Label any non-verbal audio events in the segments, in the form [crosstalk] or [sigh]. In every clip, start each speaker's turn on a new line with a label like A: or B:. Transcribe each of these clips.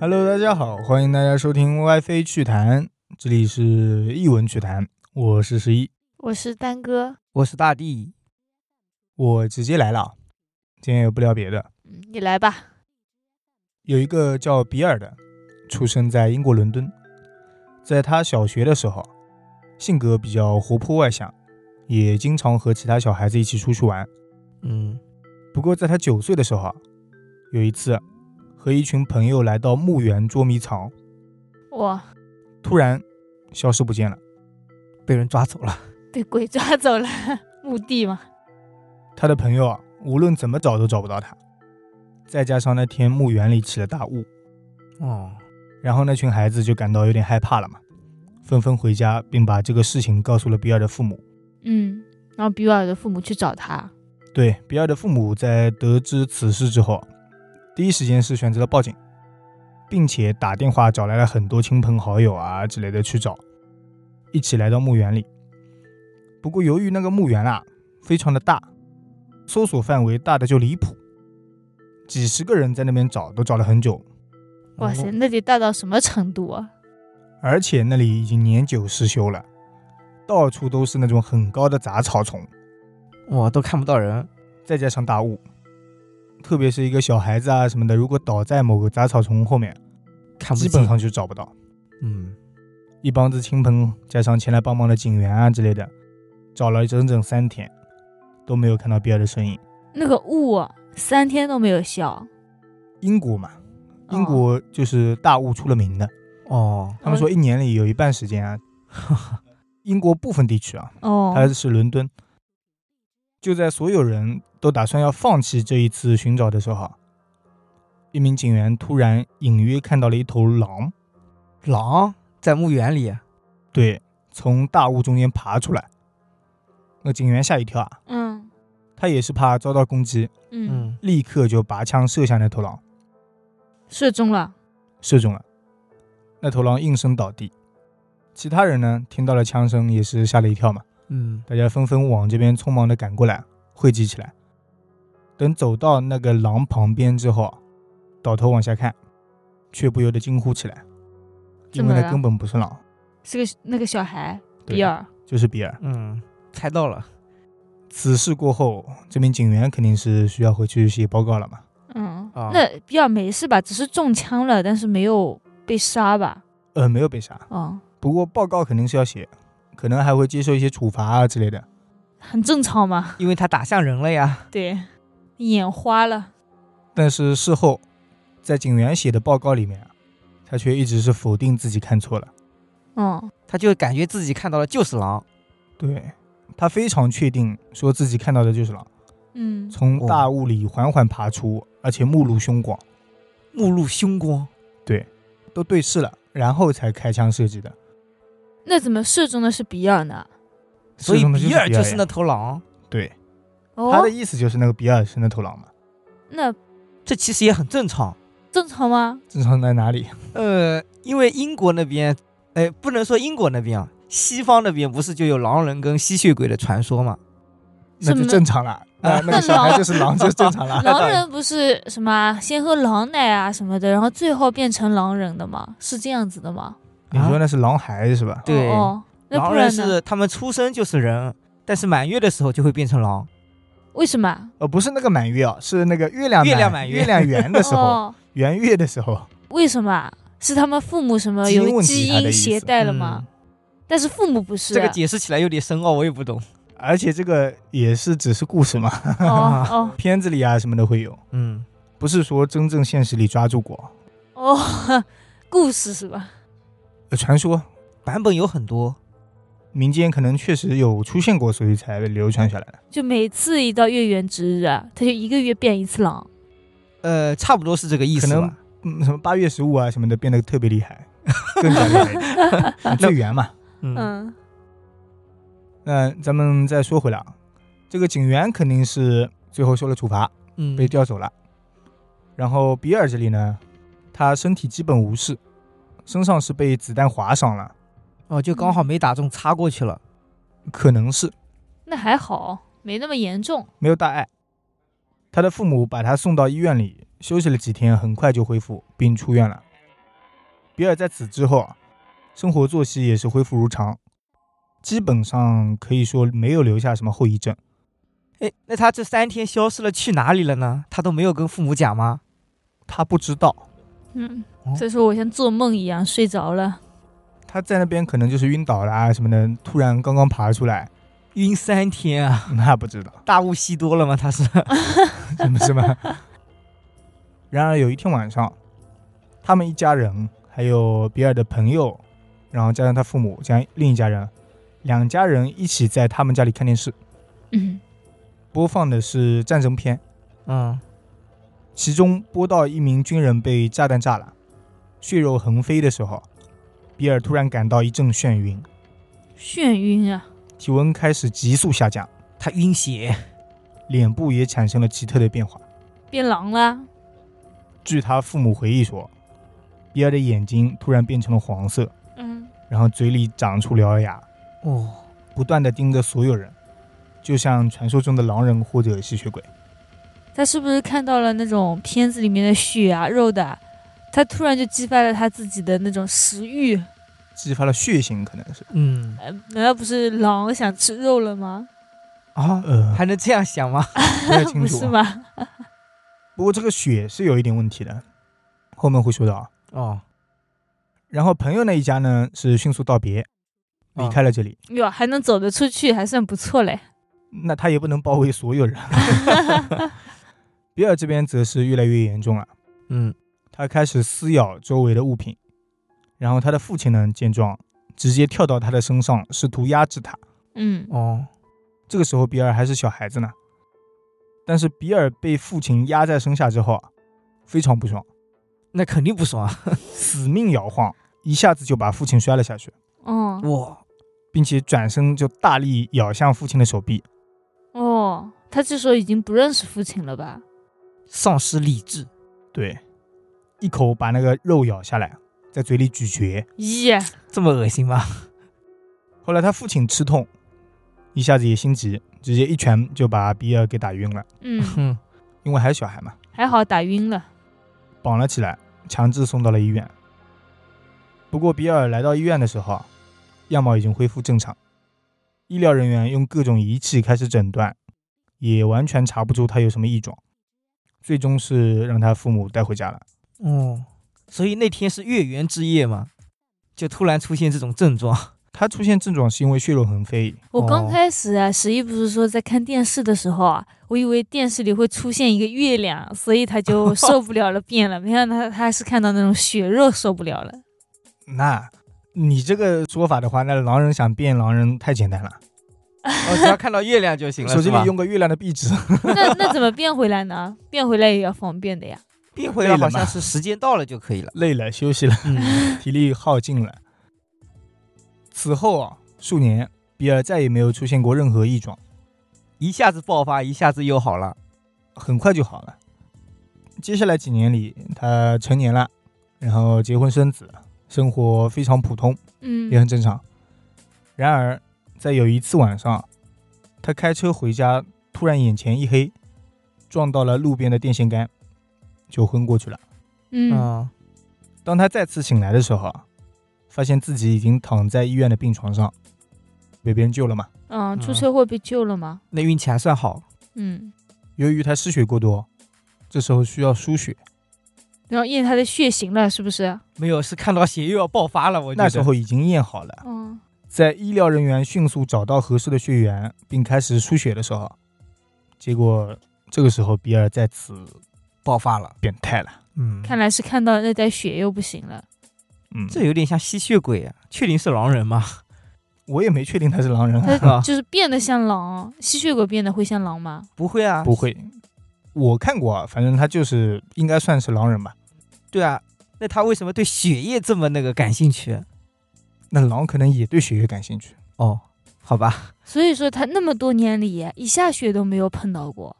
A: Hello，大家好，欢迎大家收听 WiFi 趣谈，这里是译文趣谈，我是十一，
B: 我是丹哥，
C: 我是大地，
A: 我直接来了啊，今天也不聊别的，
B: 嗯，你来吧。
A: 有一个叫比尔的，出生在英国伦敦，在他小学的时候，性格比较活泼外向，也经常和其他小孩子一起出去玩。
C: 嗯
A: 不过在他九岁的时候啊，有一次和一群朋友来到墓园捉迷藏，
B: 哇，
A: 突然消失不见了。，
C: 被人抓走了。
B: 被鬼抓走了，墓地嘛。
A: 他的朋友啊，无论怎么找都找不到他。再加上那天墓园里起了大雾，
C: 哦，
A: 然后那群孩子就感到有点害怕了嘛，纷纷回家，并把这个事情告诉了比尔的父母。
B: 嗯，然后比尔的父母去找他。
A: 对，比尔的父母在得知此事之后，第一时间是选择了报警，并且打电话找来了很多亲朋好友啊之类的去找，一起来到墓园里。不过由于那个墓园啊非常的大，搜索范围大的就离谱，几十个人在那边找都找了很久，哦
B: 哇塞，那得大到什么程度啊？
A: 而且那里已经年久失修了，到处都是那种很高的杂草丛，
C: 我都看不到人。
A: 再加上大雾，特别是一个小孩子啊什么的，如果倒在某个杂草丛后面，
C: 看不
A: 基
C: 见
A: 本上就找不到。
C: 嗯，
A: 一帮子亲朋加上前来帮忙的警员啊之类的，找了整整三天，都没有看到比尔的身影。
B: 那个雾啊三天都没有消。
A: 英国嘛，英
B: 哦、
A: 国就是大雾出了名的，
C: 哦，
A: 他们说一年里有一半时
C: [laughs]
A: 间啊，英国部分地区啊，
B: 哦，
A: 它是伦敦。就在所有人都打算要放弃这一次寻找的时候，啊一名警员突然隐约看到了一头狼，
C: 狼在墓园里。
A: 对，从大雾中间爬出来。那警员吓一跳啊，
B: 嗯
A: 他也是怕遭到攻击，
B: 嗯，
C: 嗯，
A: 立刻就拔枪射向那头狼，
B: 射中了。
A: 射中了。那头狼应声倒地，其他人呢听到了枪声也是吓了一跳嘛，
C: 嗯，
A: 大家纷纷往这边匆忙的赶过来，汇集起来。等走到那个狼旁边之后，啊倒头往下看，却不由得惊呼起来，因
B: 怎么
A: 为那
B: 了
A: 根本不是狼，
B: 是个那个小孩
A: 对
B: 比尔。
A: 就是比尔。
C: 嗯，猜到了。
A: 此事过后，这名警员肯定是需要回去写报告了嘛。
B: 嗯，
C: 啊
B: 那比尔没事吧？只是中枪了，但是没有被杀吧？
A: 呃，没有被杀，
B: 哦，
A: 不过报告肯定是要写，可能还会接受一些处罚啊之类的。
B: 很正常嘛。 [laughs]
C: 因为他打向人了呀。 [laughs]
B: 对，眼花了。
A: 但是事后，在警员写的报告里面啊，他却一直是否定自己看错了。
B: 嗯，
C: 他就感觉自己看到的就是狼。
A: 对他非常确定说自己看到的就是狼，
B: 嗯，
A: 从
C: 哦
A: 大雾里缓缓爬出，而且目露凶光，
C: 目露凶光。
A: 都对视了，然后才开枪射击的。
B: 那怎么射中的是比尔呢？
C: 所以
A: 射中的
C: 比尔就是
A: 呀
C: 那头狼。
A: 对，他
B: 哦
A: 的，意思就是那个比尔是那头狼嘛？
B: 那
C: 这其实也很正常。
B: 正常
A: [laughs]
B: 吗？
A: 正常在哪
C: [laughs]
A: 里？
C: 呃，因为英国那边，哎，不能说英国那边啊，西方那边不是就有狼人跟吸血鬼的传说嘛？
A: 那就
B: 什么
A: 正常
C: [laughs]
A: 了。那那个小孩就是狼，就正常了。
B: 狼人不是什么先喝狼奶啊什么的，然后最后变成狼人的吗？是这样子的吗？
A: 你说那是狼孩子是吧？
C: 啊对
B: 哦哦那
C: 狼
B: 不
C: 人
B: 然呢？
C: 是他们出生就是人，但是满月的时候就会变成狼。
B: 为什么？
A: 呃，不是那个满月啊，是那个月亮
C: 月亮
A: 满
C: 满
A: 月
C: 月
A: 亮圆的时候，
B: 哦，
A: 圆月的时候，
B: 为什么？是他们父母什么
A: 基因
B: 有
A: 问题
B: 基
A: 他的意
B: 因
A: 思嗯
B: 携带了吗？但是父母不是啊哦
C: 嗯这个解释起来有点深奥，我也不懂。
A: 而且这个也是只是故事嘛， [laughs]
B: 哦哦
A: 片子里啊什么的会有，
C: 嗯，
A: 不是说真正现实里抓住过。
B: 哦，故事是吧？
A: 呃传说
C: 版本有很多。
A: 民间可能确实有出现过，所以才流传下来的。
B: 就每次一到月圆之日啊，他就一个月变一次狼。
C: 呃，差不多是这个意思
A: 可能
C: 吧。
A: 嗯，什么八月十五啊什么的变得特别厉害，更加厉害
C: [laughs]
A: 一点，最圆嘛。
C: 嗯，
B: 嗯
A: 那咱们再说回来啊，这个警员肯定是最后受了处罚，
C: 嗯
A: 被调走了。然后比尔这里呢，他身体基本无事，身上是被子弹划伤了，
C: 哦，就刚好没打中，擦过去了。
A: 可能是
B: 那还好，没那么严重。
A: 没有大碍。他的父母把他送到医院里休息了几天，很快就恢复并出院了。比尔在此之后啊，生活作息也是恢复如常，基本上可以说没有留下什么后遗症。
C: 哎，那他这三天消失了，去哪里了呢？他都没有跟父母讲吗？
A: 他不知道，
B: 嗯
C: 哦，
B: 所以说我像做梦一样睡着了。
A: 他在那边可能就是晕倒啦、啊什么的，突然刚刚爬出来， [laughs]
C: 晕三天啊，
A: 那不知道
C: [laughs] 大雾吸多了吗？他是
A: 什 [laughs] 么什么。然而有一天晚上，他们一家人还有比尔的朋友，然后加上他父母，加上另一家人，两家人一起在他们家里看电视，
B: 嗯，
A: 播放的是战争片。
C: 嗯，
A: 其中播到一名军人被炸弹炸了，血肉横飞的时候，比尔突然感到一阵眩晕，
B: 眩晕啊！
A: 体温开始急速下降，
C: 他晕血，
A: 脸部也产生了奇特的变化。
B: 变狼啦！
A: 据他父母回忆说，比尔的眼睛突然变成了黄色，
B: 嗯，
A: 然后嘴里长出獠牙，
C: 哦，
A: 不断的盯着所有人，就像传说中的狼人或者吸血鬼。
B: 他是不是看到了那种片子里面的血啊、肉的啊？他突然就激发了他自己的那种食欲。
A: 激发了血腥，可能是
C: 嗯
B: 呃，难道不是狼想吃肉了吗？
C: 啊，
A: 呃，
C: 还能这样想吗？
A: 不
B: [laughs]
A: 太清
B: 不
A: 楚
B: 是
A: 啊。
B: 吗？
A: 不过这个血是有一点问题的，后面会说到啊。
C: 哦，
A: 然后朋友那一家呢是迅速道别，离开
C: 了，
A: 了
B: 啊
A: 这里。
B: 哟，还能走得出去，还算不错嘞。
A: 那他也不能包围所有人。 [laughs] 比尔这边则是越来越严重了，
C: 嗯，
A: 他开始撕咬周围的物品，然后他的父亲呢见状，直接跳到他的身上，试图压制他。
B: 嗯，
C: 哦，
A: 这个时候比尔还是小孩子呢，但是比尔被父亲压在身下之后啊，非常不爽，
C: 那肯定不爽啊，
A: 死命摇晃，一下子就把父亲摔了下去，
B: 哦
C: 哇，
A: 并且转身就大力咬向父亲的手臂。
B: 哦，他这时候已经不认识父亲了吧？
C: 丧失理智，
A: 对，一口把那个肉咬下来，在嘴里咀嚼。
B: 咦，
C: 这么恶心吗？
A: 后来他父亲吃痛，一下子也心急，直接一拳就把比尔给打晕了，
B: 嗯，
C: 嗯，
A: 因为还是小孩嘛，
B: 还好打晕了。
A: 绑了起来，强制送到了医院。不过比尔来到医院的时候啊，样貌已经恢复正常，医疗人员用各种仪器开始诊断，也完全查不出他有什么异状，最终是让他父母带回家了。
C: 哦，所以那天是月圆之夜嘛，就突然出现这种症状。
A: 他出现症状是因为血肉横飞，
B: 我刚
C: 哦
B: 开始啊，十一不是说在看电视的时候啊，我以为电视里会出现一个月亮，所以
A: [laughs]
B: 他就受不了了，变了。没想到他他是看到那种血肉受不了了。
A: 那你这个说法的话，那狼人想变狼人太简单了，
C: 哦，只要看到月亮就行了，
A: 手机
C: 是吧
A: 里用个月亮的壁
C: [laughs]
A: 纸。
B: 那那怎么变回来呢？变回来也要方便的呀。
A: [laughs]
C: 变回来，好
A: 累了
C: [laughs] 像
A: 嘛
C: 是时间到了就可
A: [laughs]
C: 以了。
A: 累了，休息了，
C: 嗯，
A: 体力耗尽了。此后啊，数年，比尔再也没有出现过任何异状，
C: 一下子爆发，一下子又好了。
A: 很快就好了。接下来几年里，他成年了，然后结婚生子，生活非常普通，
B: 嗯
A: 也很正常。然而，在有一次晚上，他开车回家，突然眼前一黑，撞到了路边的电线杆，就昏过去了。啊
B: 嗯，
C: 嗯，
A: 当他再次醒来的时候啊，发现自己已经躺在医院的病床上，被别人救了嘛。
B: 嗯，出
C: 嗯
B: 车祸被救了吗？
C: 那运气还算好。
B: 嗯，
A: 由于他失血过多，这时候需要输血，
B: 然后验他的血型了，是不是？
A: 啊
C: 没有，是看到血又要爆发了。我觉得
A: 那时候已经验好了。
B: 嗯，
A: 在医疗人员迅速找到合适的血源并开始输血的时候，结果这个时候比尔在此
C: 爆发了。
A: 变态了。
C: 嗯，
B: 看来是看到那袋血又不行了。
A: 嗯，
C: 这有点像吸血鬼啊，确定是狼人吗？
A: 我也没确定他是狼人 [laughs] 啊，
C: 是吧？
B: 就是变得像狼，吸血鬼变得会像狼吗？
C: 不会啊，
A: [laughs] 不会。我看过啊，反正他就是应该算是狼人吧。
C: 对啊，那他为什么对血液这么那个感兴趣？
A: 那狼可能也对血液感兴趣，
C: 哦，好吧，
B: 所以说他那么多年里一下血都没有碰到过，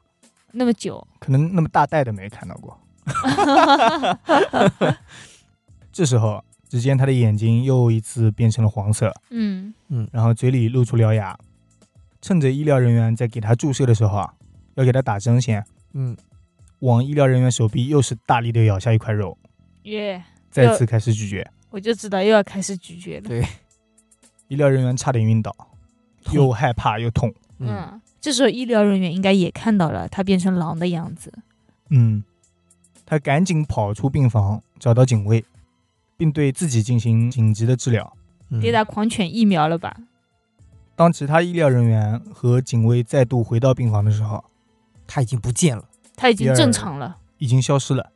B: 那么久。
A: 可能那么大袋的没看到 [laughs] 过。这时候，只见他的眼睛又一次变成了黄色，
B: 嗯，
A: 然后嘴里露出獠牙。趁着医疗人员在给他注射的时候啊，要给他打针先，
C: 嗯，
A: 往医疗人员手臂又是大力的咬下一块肉，
B: 耶、
A: 再次开始咀嚼。
B: 我就知道又要开始咀嚼了。
A: 医疗人员差点晕倒，
C: 痛
A: 又害怕又痛。
C: 嗯，
B: 嗯，这时候医疗人员应该也看到了他变成狼的样子。
A: 嗯，他赶紧跑出病房，找到警卫，并对自己进行紧急的治疗。
C: 嗯
B: 跌打狂犬疫苗了吧？
A: 当其他医疗人员和警卫再度回到病房的时候，
C: 他已经不见了。
B: 他已经
A: 第二
B: 正常了。
A: 已经消失了，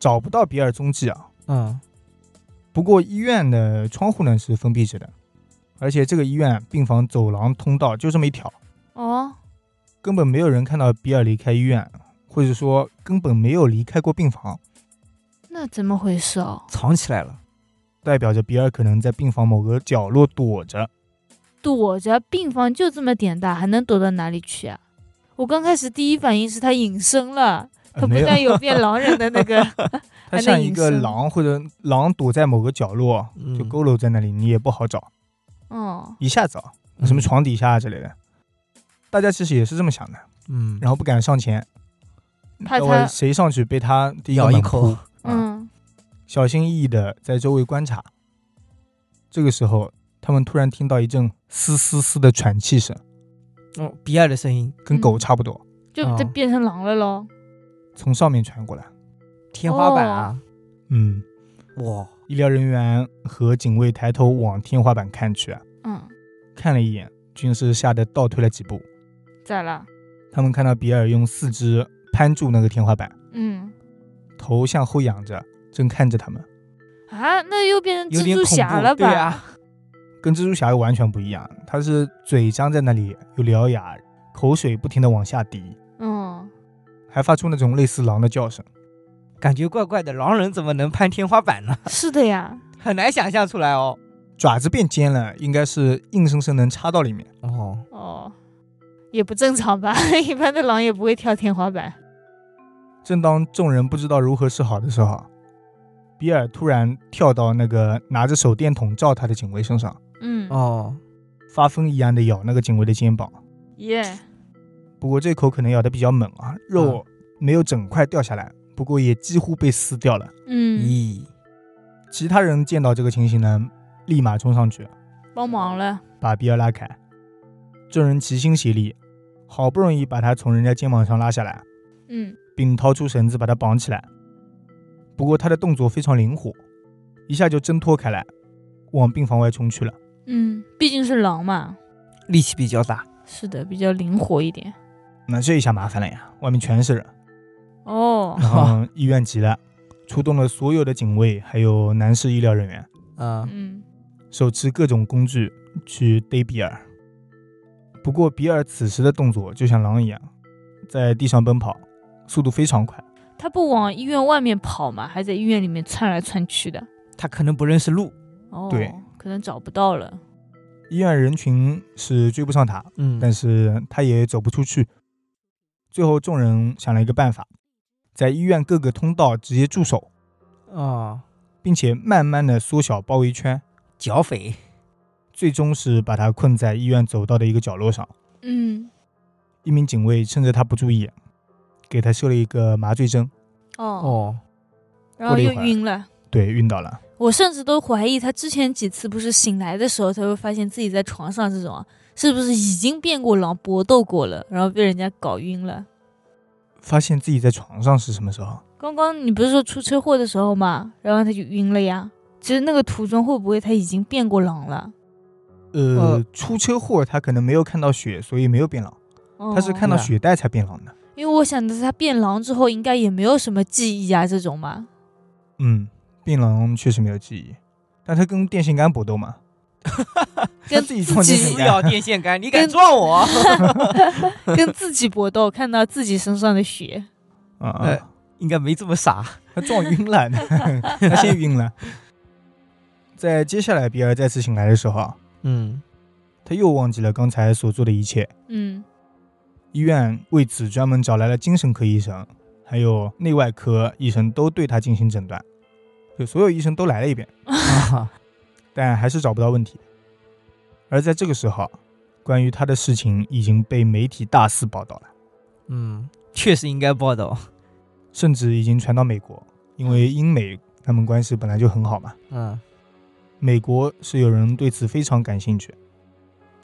A: 找不到比尔踪迹啊。
C: 嗯，
A: 不过医院的窗户呢是封闭着的，而且这个医院病房走廊通道就这么一条，
B: 哦，
A: 根本没有人看到比尔离开医院，或者说根本没有离开过病房，
B: 那怎么回事哦？
C: 藏起来了。
A: 代表着比尔可能在病房某个角落躲着。
B: 躲着病房就这么点大，还能躲到哪里去啊？我刚开始第一反应是他隐身
C: 啊
B: 了，
A: 呃
B: 他不
A: 没有，
B: 但有变狼人的那
C: [laughs]
B: 个，
A: 它
B: 还
A: 像
B: 能
A: 一
B: 隐
A: 个
B: 身
A: 狼或者狼躲在某个角落，
C: 嗯
A: 就佝偻在那里，你也不好找，
B: 哦，
A: 一下子啊，
C: 嗯
A: 什么？床底下啊之类的。大家其实也是这么想的，
C: 嗯，
A: 然后不敢上前，
B: 怕
A: 待会儿
B: 他，
A: 谁上去被他第个
C: 咬一
A: 猛
C: 口
A: 扑，啊
B: 嗯，
A: 小心翼翼的在周围观察。这个时候，他们突然听到一阵嘶嘶嘶的喘气声，
C: 哦，比尔的声音，
A: 跟狗差不多，
B: 就
C: 哦
B: 就变成狼了咯。
A: 从上面传过来。
C: 天花板啊，
A: 嗯，
B: 哦
C: 哇，
A: 医疗人员和警卫抬头往天花板看去啊，
B: 嗯，
A: 看了一眼，均是吓得倒退了几步。
B: 咋了？
A: 他们看到比尔用四肢攀住那个天花板，
B: 嗯，
A: 头向后仰着，正看着他们，
B: 啊，那又变成
C: 有
B: 蜘
C: 点
B: 蛛
C: 恐
B: 侠
C: 怖，
B: 了
C: 对
B: 吧？
C: 啊，
A: 跟蜘蛛侠完全不一样。他是嘴张在那里，有獠牙，口水不停地往下滴，
B: 嗯，
A: 还发出那种类似狼的叫声。
C: 感觉怪怪的。狼人怎么能攀天花板呢？ [laughs]
B: 是的呀，
C: 很难想象出来哦。
A: 爪子变尖了，应该是硬生生能插到里面。
C: 哦，
B: 哦，也不正常吧？ [laughs] 一般的狼也不会跳天花板。
A: 正当众人不知道如何是好的时候，啊比尔突然跳到那个拿着手电筒照他的警卫身上，
B: 嗯，
C: 哦，
A: 发疯一样的咬那个警卫的肩膀。
B: 耶、
A: 不过这口可能咬得比较猛啊，肉没有整块掉下来，不过也几乎被撕掉了。
B: 嗯，
C: 咦，
A: 其他人见到这个情形呢，立马冲上去
B: 帮忙了。
A: 把比尔拉开。众人齐心协力，好不容易把他从人家肩膀上拉下来，
B: 嗯，
A: 并掏出绳子把他绑起来。不过他的动作非常灵活，一下就挣脱开来，往病房外冲去了。
B: 嗯，毕竟是狼嘛，
C: 力气比较大。
B: 是的，比较灵活一点。
A: 那这一下麻烦了呀，外面全是人。
B: 哦，
A: 然后医院急了，出动了所有的警卫，还有男士医疗人员，
C: 嗯，
B: 嗯，
A: 手持各种工具去逮比尔。不过比尔此时的动作就像狼一样，在地上奔跑，速度非常快。
B: 他不往医院外面跑嘛，还在医院里面窜来窜去的。
C: 他可能不认识路。
B: 哦，
A: 对，
B: 可能找不到了。
A: 医院人群是追不上他，
C: 嗯
A: 但是他也走不出去。最后，众人想了一个办法，在医院各个通道直接驻守，
C: 哦，
A: 并且慢慢的缩小包围圈，
C: 剿匪。
A: 最终是把他困在医院走道的一个角落上。
B: 嗯，
A: 一名警卫趁着他不注意，给他射了一个麻醉针，
B: 哦，
C: 哦，
B: 然
A: 过
B: 后
A: 了一
B: 又
A: 会儿
B: 晕了。
A: 对，晕倒了。
B: 我甚至都怀疑他之前几次不是醒来的时候才会发现自己在床上，这种啊，是不是已经变过狼搏斗过了，然后被人家搞晕了？
A: 发现自己在床上是什么时候？
B: 刚刚你不是说出车祸的时候嘛，然后他就晕了呀。其实那个途中会不会他已经变过狼了？
A: 呃，
C: 呃
A: 出车祸，他可能没有看到血，所以没有变狼，
B: 哦
A: 他是看到
C: 对啊
A: 血袋才变狼的。
B: 因为我想的是他变狼之后应该也没有什么记忆啊这种嘛。
A: 嗯，变狼确实没有记忆，但他跟电线杆搏斗嘛，他
B: 跟
A: 自己撞电线
C: 撕
A: 杆
C: 咬，电线 [laughs] 杆，你敢
B: 跟
C: 撞我？
B: [laughs] 跟自己搏斗，看到自己身上的血。
A: 啊、啊
C: 哎应该没这么傻。
A: 他撞晕了， [laughs] 他先晕了。在接下来比尔再次醒来的时候啊，
C: 嗯，
A: 他又忘记了刚才所做的一切。 [laughs]
B: 嗯，
A: 医院为此专门找来了精神科医生，还有内外科医生，都对他进行诊断，就所有医生都来了一遍，
C: 啊
A: 但还是找不到问题。而在这个时候，关于他的事情已经被媒体大肆报道了，
C: 嗯，确实应该哦报道。
A: 甚至已经传到美国，因为英美他们关系本来就很好嘛。
C: 嗯，
A: 美国是有人对此非常感兴趣，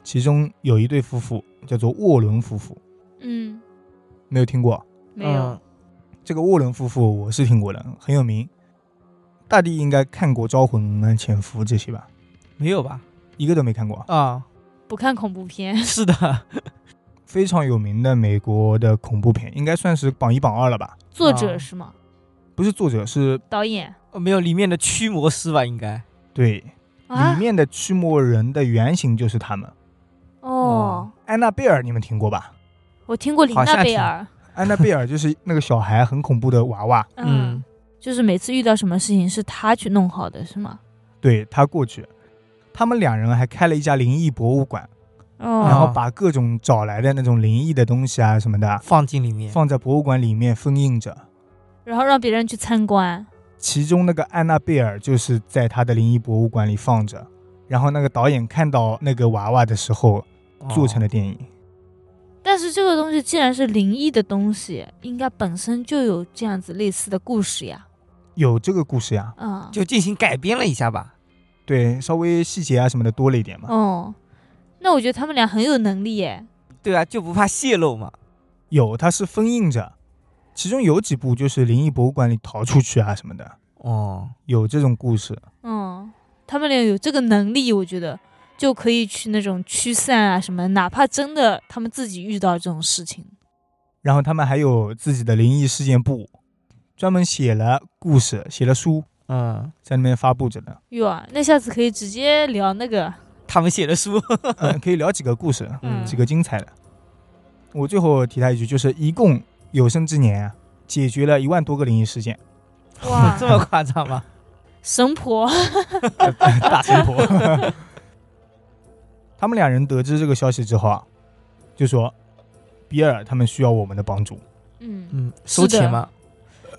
A: 其中有一对夫妇叫做沃伦夫妇，
B: 嗯，
A: 没有听过啊？
B: 没有，
C: 嗯
A: 这个沃伦夫妇我是听过的，很有名。大地应该看过《招魂》啊、《潜伏》这些吧？
C: 没有吧？
A: 一个都没看过啊。
C: 啊，
B: 不看恐怖片，
C: 是的， [laughs]
A: 非常有名的美国的恐怖片，应该算是榜一榜二了吧？
B: 作者是吗？
A: 啊不是作者，是
B: 导演
C: 哦没有里面的驱魔师吧？应该
A: 对
B: 啊
A: 里？面的驱魔人的原型就是他们。
B: 哦，
A: 安娜贝尔你们听过吧？
B: 我听过林
C: 好
B: 娜
C: 像
B: 贝
C: 挺
B: 尔，
A: 安娜贝尔就是那个小孩很恐怖的娃娃，
B: 嗯，就是每次遇到什么事情是他去弄好的，是吗？
A: 对他过去，他们两人还开了一家灵异博物馆，然
B: 哦，
A: 后把各种找来的那种灵异的东西啊什么的
C: 放进里面，
A: 放在博物馆里面封印着。
B: 然后让别人去参观，
A: 其中那个安娜贝尔就是在他的灵异博物馆里放着，然后那个导演看到那个娃娃的时
B: 哦
A: 候做成
C: 的
A: 的电影。
B: 但是这个东西既然是灵异的东西，应该本身就有这样子类似的故事呀。
A: 有这个故事呀，
B: 嗯，
C: 就进行改编了一下吧。
A: 对，稍微细节啊什么的多了一点嘛。
B: 哦，那我觉得他们俩很有能力耶。
C: 对啊，就不怕泄露嘛。
A: 有，它是封印着，其中有几部就是灵异博物馆里逃出去啊什么的，
C: 哦，
A: 有这种故事。
B: 嗯，他们俩有这个能力，我觉得就可以去那种驱散啊什么，哪怕真的他们自己遇到这种事情，
A: 然后他们还有自己的灵异事件部，专门写了故事，写了书，
C: 嗯，
A: 在那边发布着
C: [laughs]
A: 呢。
B: 哟啊，那下次可以直接聊那个，
C: 他们写的书，，
A: 嗯，可以聊几个故事，
B: 嗯
A: 几个精彩的。我最后提他一句，就是一共有生之年啊，解决了一万多个灵异事件，
B: 哇
C: [laughs] 这么夸张吗？
B: 神婆，
A: 大神婆。 [laughs] 他们两人得知这个消息之后啊，就说：“比尔，他们需要我们的帮助。
B: 嗯，
C: 嗯，收钱吗？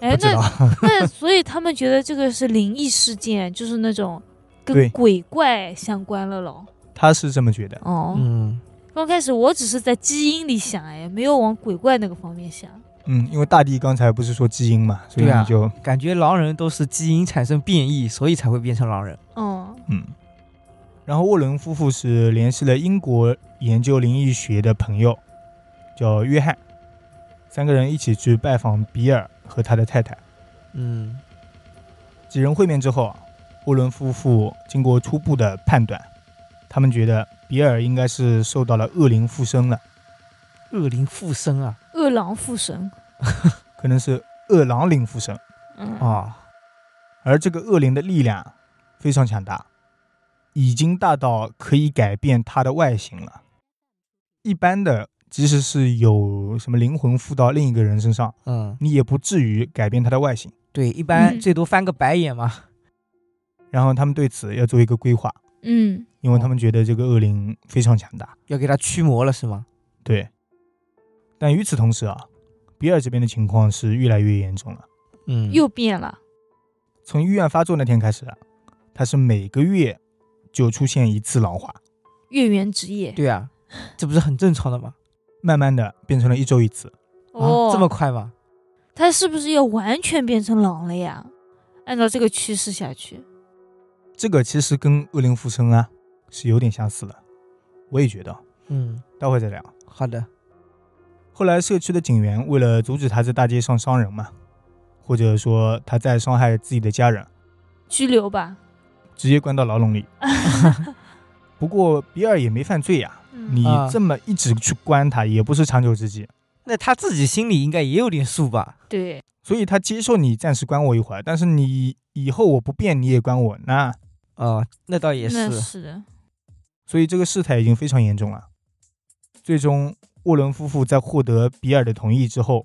B: 哎
A: 不，知道
B: 那那所以他们觉得这个是灵异事件，就是那种
A: 对
B: 跟鬼怪相关了咯。
A: 他是这么觉得。
B: 哦，
C: 嗯，
B: 刚开始我只是在基因里想，哎，没有往鬼怪那个方面想。
A: 嗯，因为大地刚才不是说基因嘛，所以
C: 对啊
A: 你就、
C: 感觉狼人都是基因产生变异，所以才会变成狼人。
B: 嗯，
A: 嗯。然后沃伦夫妇是联系了英国研究灵异学的朋友，叫约翰，三个人一起去拜访比尔和他的太太。
C: 嗯，
A: 几人会面之后啊，沃伦夫妇经过初步的判断，他们觉得比尔应该是受到了恶灵附身了，
C: 恶灵附身啊！
B: 饿狼附身。
A: 可能是恶狼灵附身，
B: 嗯，
C: 啊，
A: 而这个恶灵的力量非常强大，已经大到可以改变它的外形了。一般的，即使是有什么灵魂附到另一个人身上，
C: 嗯，
A: 你也不至于改变它的外形。
C: 对，一般
B: 嗯
C: 最多翻个白眼嘛。
A: 然后他们对此要做一个规划，
B: 嗯，
A: 因为他们觉得这个恶灵非常强大。
C: 要给他驱魔了是吗？
A: 对，但与此同时啊，比尔这边的情况是越来越严重了。
C: 嗯，
B: 又变了。
A: 从医院发作那天开始啊，他是每个月就出现一次老化，
B: 月圆之夜。
C: 对啊，这不是很正常的吗？
A: 慢慢的变成了一周一次。
B: 哦，
C: 啊，这么快吗？
B: 他是不是要完全变成狼了呀？按照这个趋势下去，
A: 这个其实跟恶灵附身啊是有点相似的，我也觉得，
C: 嗯，
A: 待会再聊。
C: 好的，
A: 后来社区的警员为了阻止他在大街上伤人嘛，或者说他在伤害自己的家人，
B: 拘留
C: [laughs]
B: 吧。
A: 直接关到牢笼里。不过比尔也没犯罪呀、
B: 嗯
A: 你
C: 啊
A: 这么一直去关他，也不是长久之计。
C: 那他自己心里应该也有点数吧？
B: 对，
A: 所以他接受你暂时关我一会儿，但是你以后我不变你也关我，那
C: 哦、那倒也
B: 那
C: 是，
B: 是的。
A: 所以这个事态已经非常严重了。最终，沃伦夫妇在获得比尔的同意之后，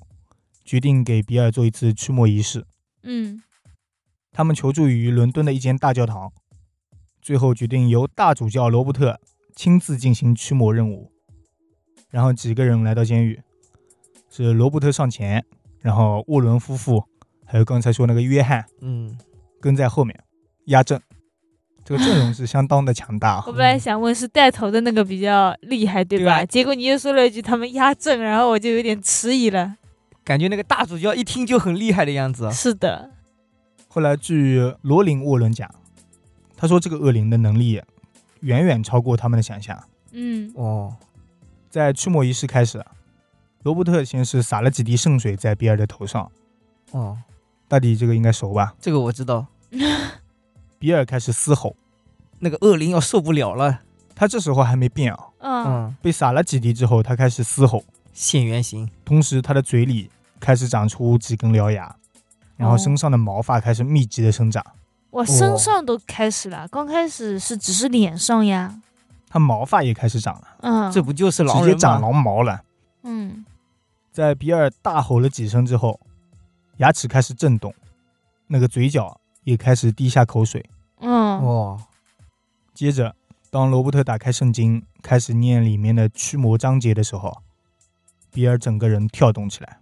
A: 决定给比尔做一次驱魔仪式。
B: 嗯，
A: 他们求助于伦敦的一间大教堂，最后决定由大主教罗伯特亲自进行驱魔任务。然后几个人来到监狱，是罗伯特上前，然后沃伦夫妇还有刚才说那个约翰
C: 嗯，
A: 跟在后面压阵。这个阵容是相当的强大啊
B: 我！本来想问是带头的那个比较厉害，对吧？
C: 嗯对吧啊
B: 结果你又说了一句他们压阵，然后我就有点迟疑了。
C: 感觉那个大主教一啊听就很厉害的样子。
B: 是的，
A: 后来据罗琳·沃伦讲，他说这个恶灵的能力远远超过他们的想象。
B: 嗯
C: 哦，
A: 在驱魔仪式开始，罗伯特先是洒了几滴圣水在比尔的头上，
C: 哦，
A: 大抵这个应该熟吧？
C: 这个我知道，
A: 比尔开始嘶吼，
C: 那个恶灵要受不了了。
A: 他这时候还没变啊，
B: 嗯
C: 嗯，
A: 被洒了几滴之后，他开始嘶吼，
C: 现原形。
A: 同时他的嘴里开始长出几根獠牙，然后
B: 哦
A: 身上的毛发开始密集的生长，
C: 哦
B: 我身上都开始了，刚开始是只是脸上呀，
A: 他毛发也开始长了，
B: 嗯，
C: 这不就是狼
A: 直
C: 人
A: 接
C: 吗
A: 长狼毛了。
B: 嗯
A: 在比尔大吼了几声之后，牙齿开始震动，那个嘴角也开始滴下口水。
B: 嗯
C: 哦，
A: 接着，当罗伯特打开圣经，开始念里面的驱魔章节的时候，比尔整个人跳动起来。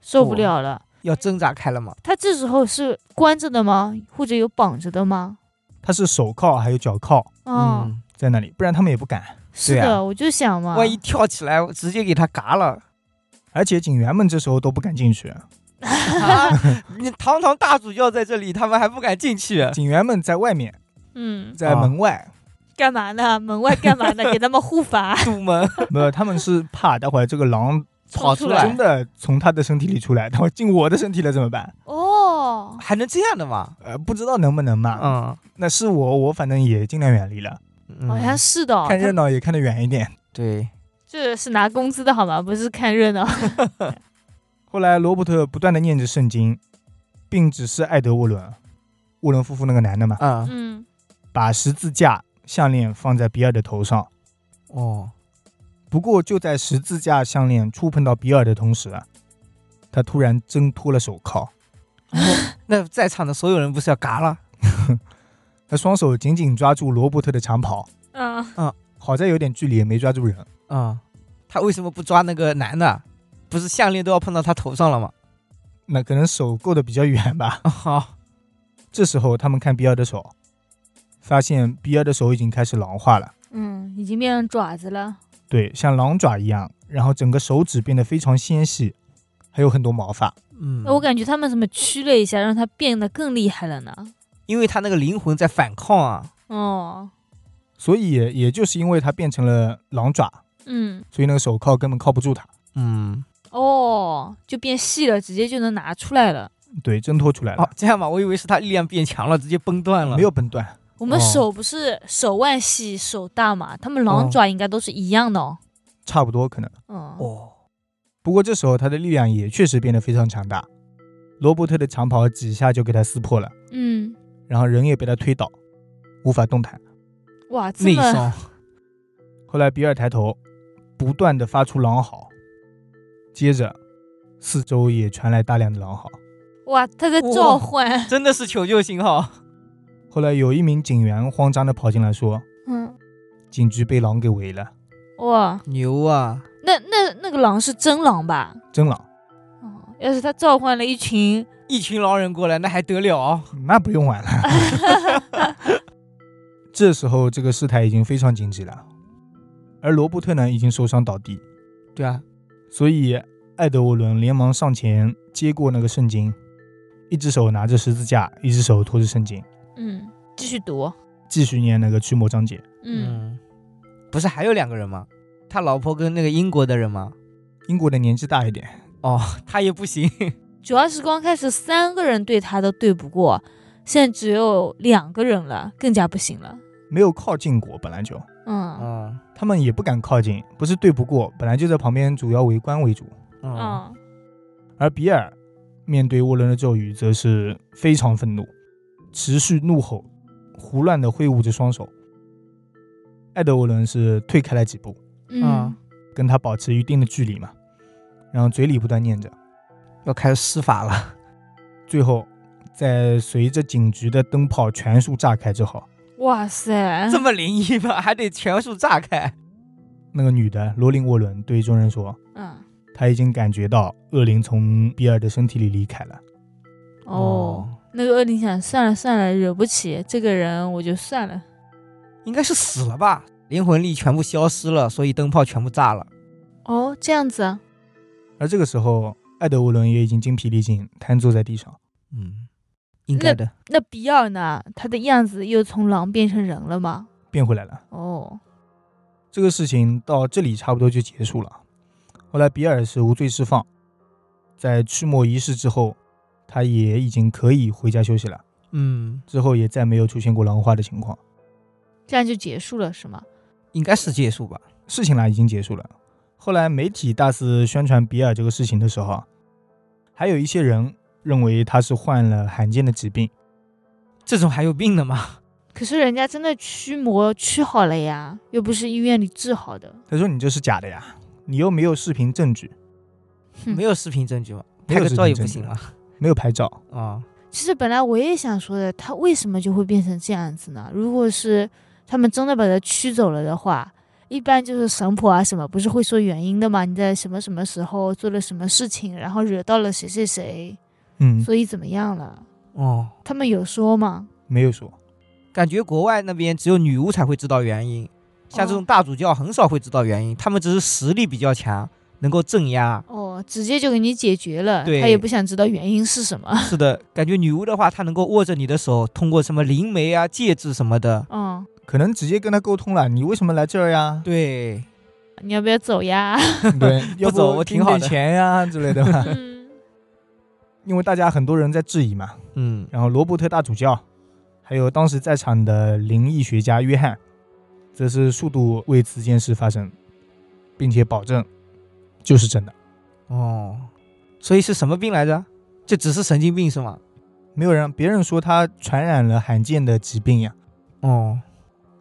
B: 受
C: 哦
B: 不了了。
C: 要挣扎开了嘛？
B: 他这时候是关着的吗？或者有绑着的吗？
A: 他是手铐还有脚铐
B: 嗯，
C: 嗯，
A: 在那里，不然他们也不敢。
B: 是
C: 对
B: 的，
C: 啊
B: 我就想嘛，
C: 万一跳起来，我直接给他嘎了。
A: 而且警员们这时候都不敢进去，
C: 啊你堂堂大主教在这里，他们还不敢进
A: [laughs]
C: 去。
A: 警员们在外面，
B: 嗯，
A: 在门外，
B: 干嘛呢？门外干嘛
C: [laughs]
B: 呢？给他们护法。
C: 堵门，
A: 没有，他们是怕待会儿这个狼
C: 啊跑
B: 出
C: 出
B: 来
A: 真
C: 来，
A: 的从他的身体里出来，待会儿进我的身体了怎么办？
B: 哦，
C: 还能这样的吗？
A: 呃，不知道能不能嘛。
C: 嗯，
A: 那是我，我反正也尽量远离了，
C: 嗯
B: 好像是的哦。
A: 看热
B: 他
A: 闹也看得远一点。
C: 对。
B: 这是拿工资的好吗？不是看热
C: [laughs]
B: 闹。
A: 后来罗伯特不断的念着圣经，并指示艾德沃伦，沃伦夫妇那个男的嘛，
C: 嗯，
B: 嗯，
A: 把十字架项链放在比尔的头上。
C: 哦， [laughs]
A: 不过就在十字架项链触碰到比尔的同时，他突然挣脱了手铐，
C: 那在场的所有人不是要嘎了？
A: 他双手紧紧抓住罗伯特的长袍，
B: 嗯，
C: [laughs]
A: 好在有点距离，没抓住人。
C: 嗯，他为什么不抓那个男的？不是项链都要碰到他头上了吗？ [laughs]
A: 那可能手够的比较远吧。
C: 好，
A: 这时候他们看比尔的手，发现比尔的手已经开始狼化了，
B: 嗯，已经变成爪子了。
A: 对，像狼爪一样，然后整个手指变得非常纤细，还有很多毛发。
C: 嗯
B: 哎我感觉他们怎么驱了一下，让它变得更厉害了呢？
C: 因为他那个灵魂在反抗啊。
B: 哦，
A: 所以也就是因为它变成了狼爪，
B: 嗯，
A: 所以那个手铐根本铐不住它，
C: 嗯，
B: 哦，就变细了，直接就能拿出来了。
A: 对，挣脱出来了
C: 哦，，这样吧，我以为是他力量变强了，直接崩断了。
A: 没有崩断。
B: 我们
C: 哦
B: 手不是手腕细手大嘛？他们狼
C: 哦
B: 爪应该都是一样的哦。
A: 差不多可能，
B: 嗯，
C: 哦，
A: 不过这时候它的力量也确实变得非常强大。罗伯特的长袍几下就给他撕破了，
B: 嗯，
A: 然后人也被他推倒，无法动弹。
B: 哇，这
C: 内
B: 么
C: 伤。
A: 后来比尔抬头，不断的发出狼嚎，接着四周也传来大量的狼嚎。
B: 哇，他在召唤。
C: [laughs] 真的是求救信号。
A: 后来有一名警员慌张的跑进来说，
B: 嗯，
A: 警局被狼给围了，
B: 哇，
C: 牛啊！
B: 那那那个狼是真狼吧？
A: 真狼。
B: 哦，要是他召唤了一
C: [laughs]
B: 群，
C: 一群狼人过来，那还得了？
A: 那不用玩了。 [laughs] 这时候这个事态已经非常紧急了，而罗伯特呢已经受伤倒地，
C: 对啊，
A: 所以艾德沃伦连忙上前接过那个圣经，一只手拿着十字架，一只手托着圣经，
B: 嗯，继续读，
A: 继续念那个驱魔章节。
B: 嗯，，
C: 不是还有两个人吗？他老婆跟那个英国的人吗？
A: 英国的年纪大一点，
C: 哦， [laughs] 他也不行。
B: 主要是刚开始三个人对他都对不过，现在只有两个人了，更加不行了。
A: 没有靠近过，本来就
B: 嗯
C: [laughs] 嗯
A: 他们也不敢靠近，不是对不过，本来就在旁边主要围观为主。
C: 嗯，
B: 嗯
A: 而比尔面对沃伦的咒语，则是非常愤怒，持续怒吼，胡乱的挥舞着双手。艾德沃伦是退开了几步，
C: 啊
B: 嗯
A: 跟他保持一定的距离嘛，然后嘴里不断念着。
C: 要开始施法了。
A: 最后，在随着警局的灯泡全数炸开之后，
B: 哇塞，
C: [laughs] 这么灵异吗？还得全数炸开。
A: 那个女的罗琳沃伦对众人说，
B: 嗯，
A: 她已经感觉到恶灵从比尔的身体里离开了。
B: 哦，，那个恶灵想，算了算了，惹不起这个人，我就算了。
C: 应该是死了吧？灵魂力全部消失了，所以灯泡全部炸了。
B: 哦，这样子啊，
A: 而这个时候，艾德沃伦也已经精疲力尽，瘫坐在地上。
C: 嗯，应该的。
B: 那比尔呢？他的样子又从狼变成人了吗？
A: 变回来了。
B: 哦，
A: 这个事情到这里差不多就结束了。后来比尔是无罪释放，在驱魔仪式之后，他也已经可以回家休息了。
C: 嗯，
A: 之后也再没有出现过狼化的情况。
B: 这样就结束了是吗？
C: 应该是结束吧。
A: 事情啦已经结束了。后来媒体大肆宣传比尔这个事情的时候啊，还有一些人认为他是患了罕见的疾病，
C: 这种还有病的吗？
B: 可是人家真的驱魔驱好了呀，又不是医院里治好的。
A: 他说你这是假的呀，你又没有视频证据，
B: 嗯
C: 没有视频证据吗？
A: 没
C: 拍
A: 有
C: 个
A: 视
C: 照
A: 频
C: 也不
A: 证
C: 行啊
A: 据
C: 吗？
A: 没有拍照，
C: 啊，
B: 其实本来我也想说的，他为什么就会变成这样子呢？如果是他们真的把他驱走了的话，一般就是神婆啊什么，不是会说原因的嘛？你在什么什么时候做了什么事情，然后惹到了谁谁谁，
A: 嗯，
B: 所以怎么样了？
C: 哦，
B: 他们有说吗？
A: 没有说，
C: 感觉国外那边只有女巫才会知道原因，像这种
B: 哦
C: 大主教很少会知道原因，他们只是实力比较强，能够镇压。
B: 哦，直接就给你解决了，
C: 对
B: 他也不想知道原因是什么。 [laughs]
C: 是的，感觉女巫的话，她能够握着你的手，通过什么灵媒啊、戒指什么的。
B: 嗯，
A: 可能直接跟他沟通了，你为什么来这儿呀？
C: 对，
B: 你要不要走呀？
A: [laughs] 对，要
C: 不走我挺
A: 给你
C: 好
A: 点
C: 的
A: 钱呀之类的
C: [laughs]
A: 吧。
B: 嗯，
A: 因为大家很多人在质疑嘛，
C: 嗯，
A: 然后罗伯特大主教，还有当时在场的灵异学家约翰，则是数度为此件事发生，并且保证就是真的，
C: 哦，所以是什么病来着？就只是神经病是吗？
A: 没有人别人说他传染了罕见的疾病呀，
C: 哦，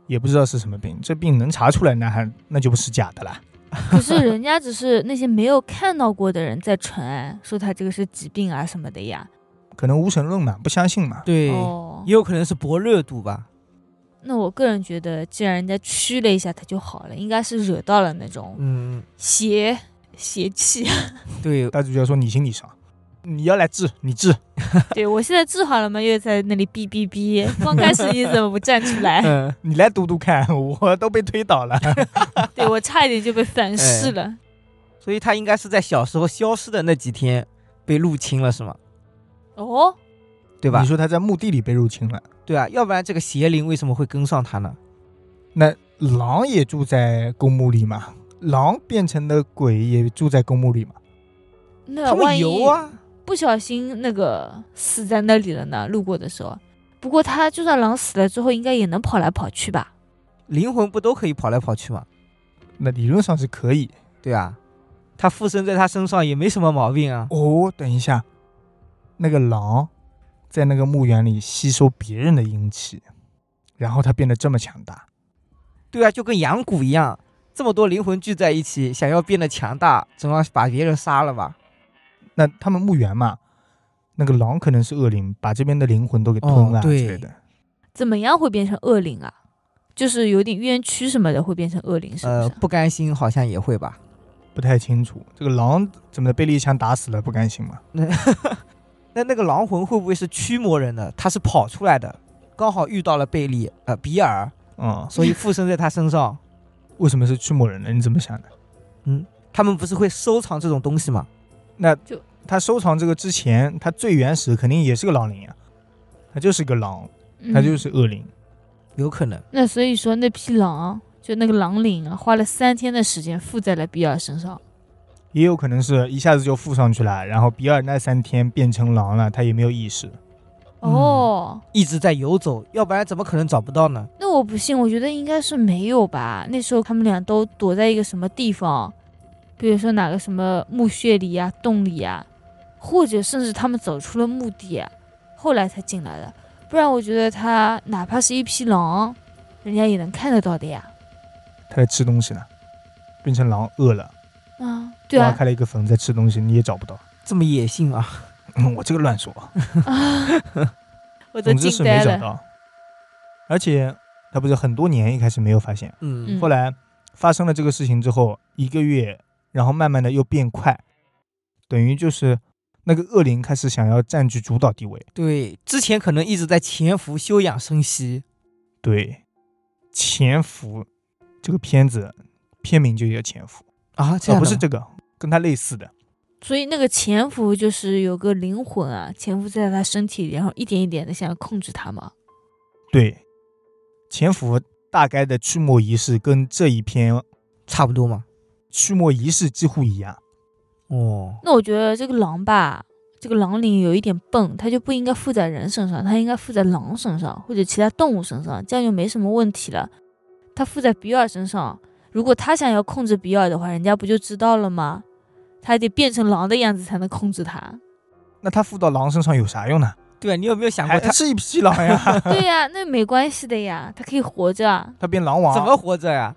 A: 也不知道是什么病，这病能查出来那还那就不是假的啦。
B: [laughs] 可是人家只是那些没有看到过的人在传，说他这个是疾病啊什么的呀。
A: 可能无神论嘛，不相信嘛。
C: 对，
B: 哦
C: 也，有可能是博热度吧。
B: 那我个人觉得，既然人家驱了一下他就好了，应该是惹到了那种
C: 嗯，
B: 邪邪气。 [laughs]
C: 对，
A: 大主教说：“你心里伤，你要来治，你治。
B: 对我现在治好了吗？又在那里哔哔哔。刚开始你怎么不站出来？ [laughs]
C: 嗯，
A: 你来读读看，我都被推倒了。
B: 对我差一点就被反
C: 哎
B: 噬了。
C: 所以他应该是在小时候消失的那几天被入侵了，是吗？
B: 哦，
C: 对吧
A: 你？说他在墓地里被入侵了，
C: 对啊，要不然这个邪灵为什么会跟上他呢？
A: 那狼也住在公墓里嘛？狼变成的鬼也住在公墓里嘛？
B: 那
C: 他
B: 万
C: 们
B: 一
C: 游啊，
B: 不小心那个死在那里了呢？路过的时候，不过他就算狼死了之后，应该也能跑来跑去吧？
C: 灵魂不都可以跑来跑去吗？
A: 那理论上是可以。
C: 对啊，他附身在他身上也没什么毛病啊。
A: 哦，等一下，那个狼在那个墓园里吸收别人的阴气，然后它变得这么强大。
C: 对啊，就跟养蛊一样，这么多灵魂聚在一起，想要变得强大，总要把别人杀了吧？
A: 那他们墓园嘛，那个狼可能是恶灵，把这边的灵魂都给吞了、
C: 哦对
A: 之类的。
B: 怎么样会变成恶灵啊？就是有点冤屈什么的，会变成恶灵，是啊不是？
C: 呃，不甘心好像也会吧。 [laughs]
A: 不太清楚，这个狼怎么被猎枪打死了，不甘心嘛？
C: 那那个狼魂会不会是驱魔人呢？他是跑出来的，刚好遇到了贝利，呃，比尔，
A: 嗯，
C: 所以附身在他身上。 [laughs]
A: 为什么是驱魔人呢？你怎么想的？
C: 他们不是会收藏这种东西吗？
A: 他收藏这个之前，他最原始肯定也是个狼灵啊，他就是个狼，
B: 嗯
A: 他就是恶灵。
C: 有可能。
B: 那所以说那匹狼，就那个狼领啊，花了三天的时间附在了比尔身上。
A: 也有可能是一下子就附上去了，然后比尔那三天变成狼了，他也没有意识。
B: 哦，
C: 一直在游走，要不然怎么可能找不到呢？
B: 那我不信，我觉得应该是没有吧。那时候他们俩都躲在一个什么地方，比如说哪个什么墓穴里呀、洞里呀、或者甚至他们走出了墓地、啊，后来才进来的。不然我觉得他哪怕是一匹狼，人家也能看得到的呀。
A: 他在吃东西呢，变成狼饿了，
B: 啊，对啊
A: 挖，开了一个坟在吃东西，你也找不到。
C: 这么野性啊！
A: 嗯我这个乱说，
B: [laughs] 我都
A: 总之是
B: 惊
A: 没
B: 呆
A: 找
B: 了。
A: 到。而且他不是很多年一开始没有发现，
C: 嗯
A: 后来发生了这个事情之后，一个月，然后慢慢的又变快，等于就是那个恶灵开始想要占据主导地位。
C: 对，之前可能一直在潜伏休养生息。
A: 对，潜伏这个片子片名就叫潜伏
C: 啊，这
A: 啊，
C: 样
A: 不
C: 的
A: 是
C: 吗
A: 这个，跟它类似的。
B: 所以那个潜伏就是有个灵魂啊，潜伏在他身体里，然后一点一点的想要控制他嘛。
A: 对，潜伏大概的驱魔仪式跟这一篇
C: 差不多嘛。
A: 驱魔仪式几乎一样。
C: 哦，
B: 那我觉得这个狼吧，这个狼灵有一点笨，它就不应该附在人身上，它应该附在狼身上或者其他动物身上，这样就没什么问题了。它附在比尔身上，如果他想要控制比尔的话，人家不就知道了吗？他还得变成狼的样子才能控制他。 [laughs]
A: 那它附到狼身上有啥用呢？
C: 对啊，你有没有想过
A: 还
C: 他
A: 是一匹狼
C: [laughs]
A: 呀，
B: 对呀、那没关系的呀，它可以活着啊。
A: 它变狼王。
C: 怎么活着呀、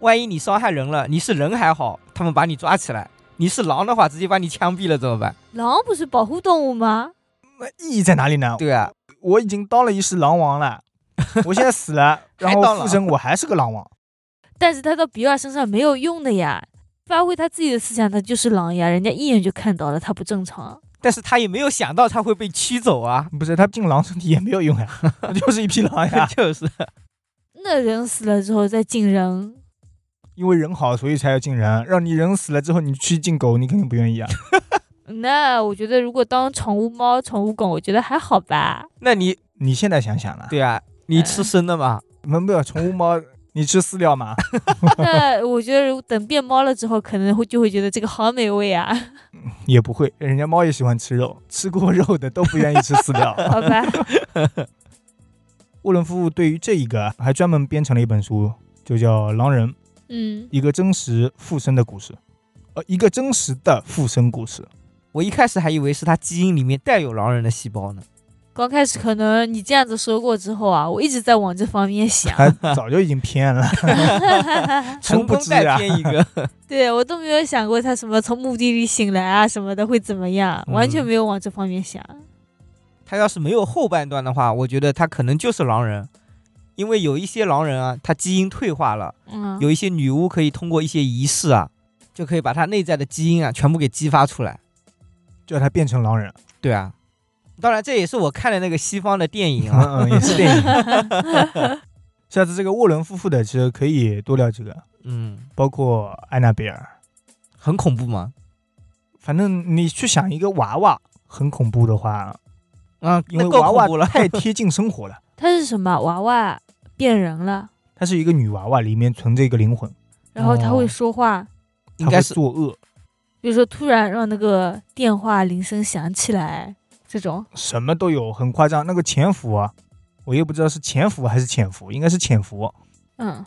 C: 万一你伤害人了，你是人还好，他们把你抓起来；你是狼的话，直接把你枪毙了怎么办？
B: 狼不是保护动物吗？
A: 那意义在哪里呢？
C: 对啊，
A: 我已经当了一世狼王
C: [laughs]
A: 了，我现在死了，然
C: 还当
A: 后
C: 狼
A: 附身我还是个狼王。
B: 但是他到比尔身上没有用的呀，发挥他自己的思想，他就是狼呀，人家一眼就看到了他不正常。
C: 但是他也没有想到他会被驱走啊，。
A: 不是，它进狼身体也没有用呀，那 [laughs] 就是一匹狼呀
C: [laughs] 就是
B: 那人死了之后再进人，
A: 因为人好，所以才要进人。让你人死了之后，你去进狗，你肯定不愿意啊。
B: 那我觉得如果当宠物猫、宠物狗，我觉得还好吧。
C: 那你
A: 你现在想想了，
C: 对啊，你
A: 哎
C: 吃生的嘛，
A: 门不要宠物猫，你吃饲料
C: [laughs]
A: 吗？
B: 那我觉得如果等变猫了之后，可能会就会觉得这个好美味啊，
A: 也不会，人家猫也喜欢吃肉，吃过肉的都不愿意吃饲
C: [laughs]
A: 料。
B: 好吧？
A: 沃伦夫妇对于这一个还专门编成了一本书，就叫《狼人：
B: 嗯，
A: 一个真实附身的故事》，呃，一个真实的附身故事。
C: 我一开始还以为是他基因里面带有狼人的细胞呢。
B: 刚开始可能你这样子说过之后啊，我一直在往这方面想，
A: [laughs] 他早就已经偏了，
C: 成
A: 不
C: 功
A: 知
C: 带
A: 啊
C: 偏一个，
B: 对我都没有想过他什么从墓地里醒来啊什么的会怎么样，完全
C: 嗯
B: 没有往这方面想。
C: 他要是没有后半段的话，我觉得他可能就是狼人，因为有一些狼人啊，他基因退化了，
B: 嗯，
C: 有一些女巫可以通过一些仪式啊，就可以把他内在的基因啊全部给激发出来。
A: 叫他变成狼人。
C: 对啊，当然这也是我看的那个西方的电影
A: [laughs] 嗯
C: [laughs] 啊，
A: [laughs] 嗯，也是电影。下次这个沃伦夫妇的，其实可以多聊几个，
C: 嗯，
A: 包括安娜贝尔。
C: 很恐怖嘛。
A: 反正你去想一个娃娃很恐怖的话，
C: 啊，
A: 因为
C: 那够
A: 娃
C: 恐怖
A: 娃
C: 了。
A: 太贴近生活了。 [laughs]
B: 他是什么娃娃变人了，
A: 它是一个女娃娃，里面存着一个灵魂，
B: 然后他
C: 哦
B: 会说话，
A: 它
C: 应该
A: 会
C: 是
A: 作恶，
B: 比如说突然让那个电话铃声响起来这种。
A: 什么都有，很夸张。那个潜伏啊，我也不知道是潜伏还是潜伏，应该是潜伏。
B: 嗯，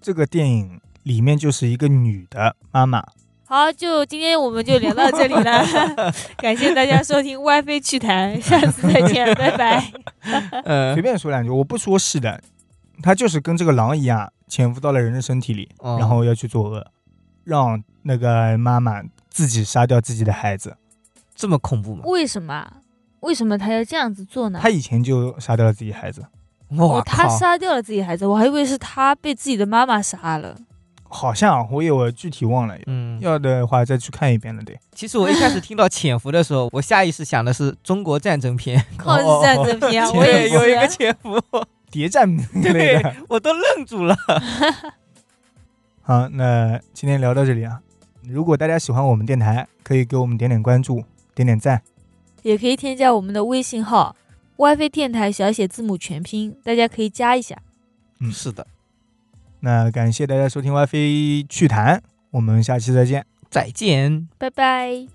A: 这个电影里面就是一个女的妈妈，
B: 好，就今天我们就聊到这里 [laughs] 了，感谢大家收听 WiFi 趣 [laughs] 谈，下次再见，拜拜。
A: 随
C: 嗯，
A: 便说两句，我不说细的，她就是跟这个狼一样潜伏到了人的身体里，
C: 哦
A: 然后要去作恶，让那个妈妈自己杀掉自己的孩子。
C: 这么恐怖吗？
B: [laughs] 为什么？为什么他要这样子做
C: 嗯
B: 呢？
A: 她以前就杀掉了自己孩子，
C: 哇
B: 哦，他
C: 啊靠！
B: 杀掉了自己孩子，我还以为是他被自己的妈妈杀了。
A: 好像我也我具体忘了，
C: 嗯，
A: 要的话再去看一遍了得。
C: 其实我一开始听到潜伏的时候，我下意识想的是中国战争片，
B: 抗日战争片啊，我也
C: 对，有一个
B: 是。
C: 潜伏，
A: 谍战类
C: 对
A: 的。
C: [laughs] 我都愣住了。
A: 好，那今天聊到这里啊。如果大家喜欢我们电台，可以给我们点点关注，点点赞。
B: 也可以添加我们的微信号 WiFi 电台小写字母全拼，大家可以加一下。
A: 嗯
C: 是的，
A: 那感谢大家收听 WiFi 趣谈，我们下期再见。
C: 再见。
B: 拜拜。